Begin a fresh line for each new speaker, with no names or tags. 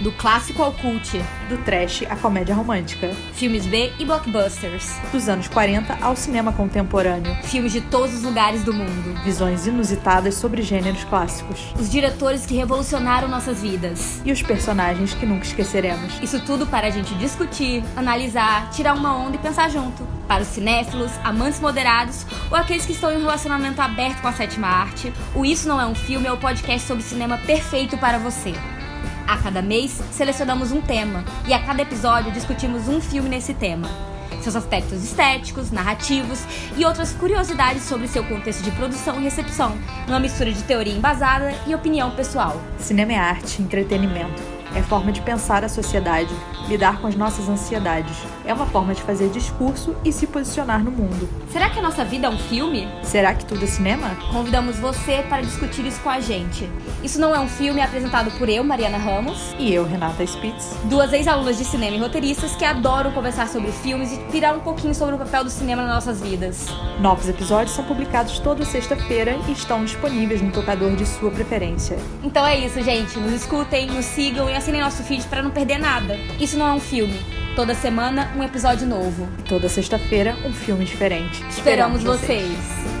Do clássico ao cult.
Do trash à comédia romântica.
Filmes B e blockbusters.
Dos anos 40 ao cinema contemporâneo.
Filmes de todos os lugares do mundo.
Visões inusitadas sobre gêneros clássicos.
Os diretores que revolucionaram nossas vidas.
E os personagens que nunca esqueceremos.
Isso tudo para a gente discutir, analisar, tirar uma onda e pensar junto. Para os cinéfilos, amantes moderados ou aqueles que estão em um relacionamento aberto com a sétima arte, o Isso Não É um Filme é o podcast sobre cinema perfeito para você. A cada mês, selecionamos um tema e a cada episódio discutimos um filme nesse tema. Seus aspectos estéticos, narrativos e outras curiosidades sobre seu contexto de produção e recepção, numa mistura de teoria embasada e opinião pessoal.
Cinema é arte, entretenimento. É forma de pensar a sociedade, lidar com as nossas ansiedades. É uma forma de fazer discurso e se posicionar no mundo.
Será que a nossa vida é um filme?
Será que tudo é cinema?
Convidamos você para discutir isso com a gente. Isso não é um filme é apresentado por eu, Mariana Ramos,
E eu, Renata Spitz.
duas ex-alunas de cinema e roteiristas que adoram conversar sobre filmes e pirar um pouquinho sobre o papel do cinema nas nossas vidas.
Novos episódios são publicados toda sexta-feira e estão disponíveis no tocador de sua preferência.
Então é isso, gente. Nos escutem, nos sigam e assinem nosso feed para não perder nada. Isso não é um filme. Toda semana, um episódio novo.
E toda sexta-feira, um filme diferente.
Esperamos vocês.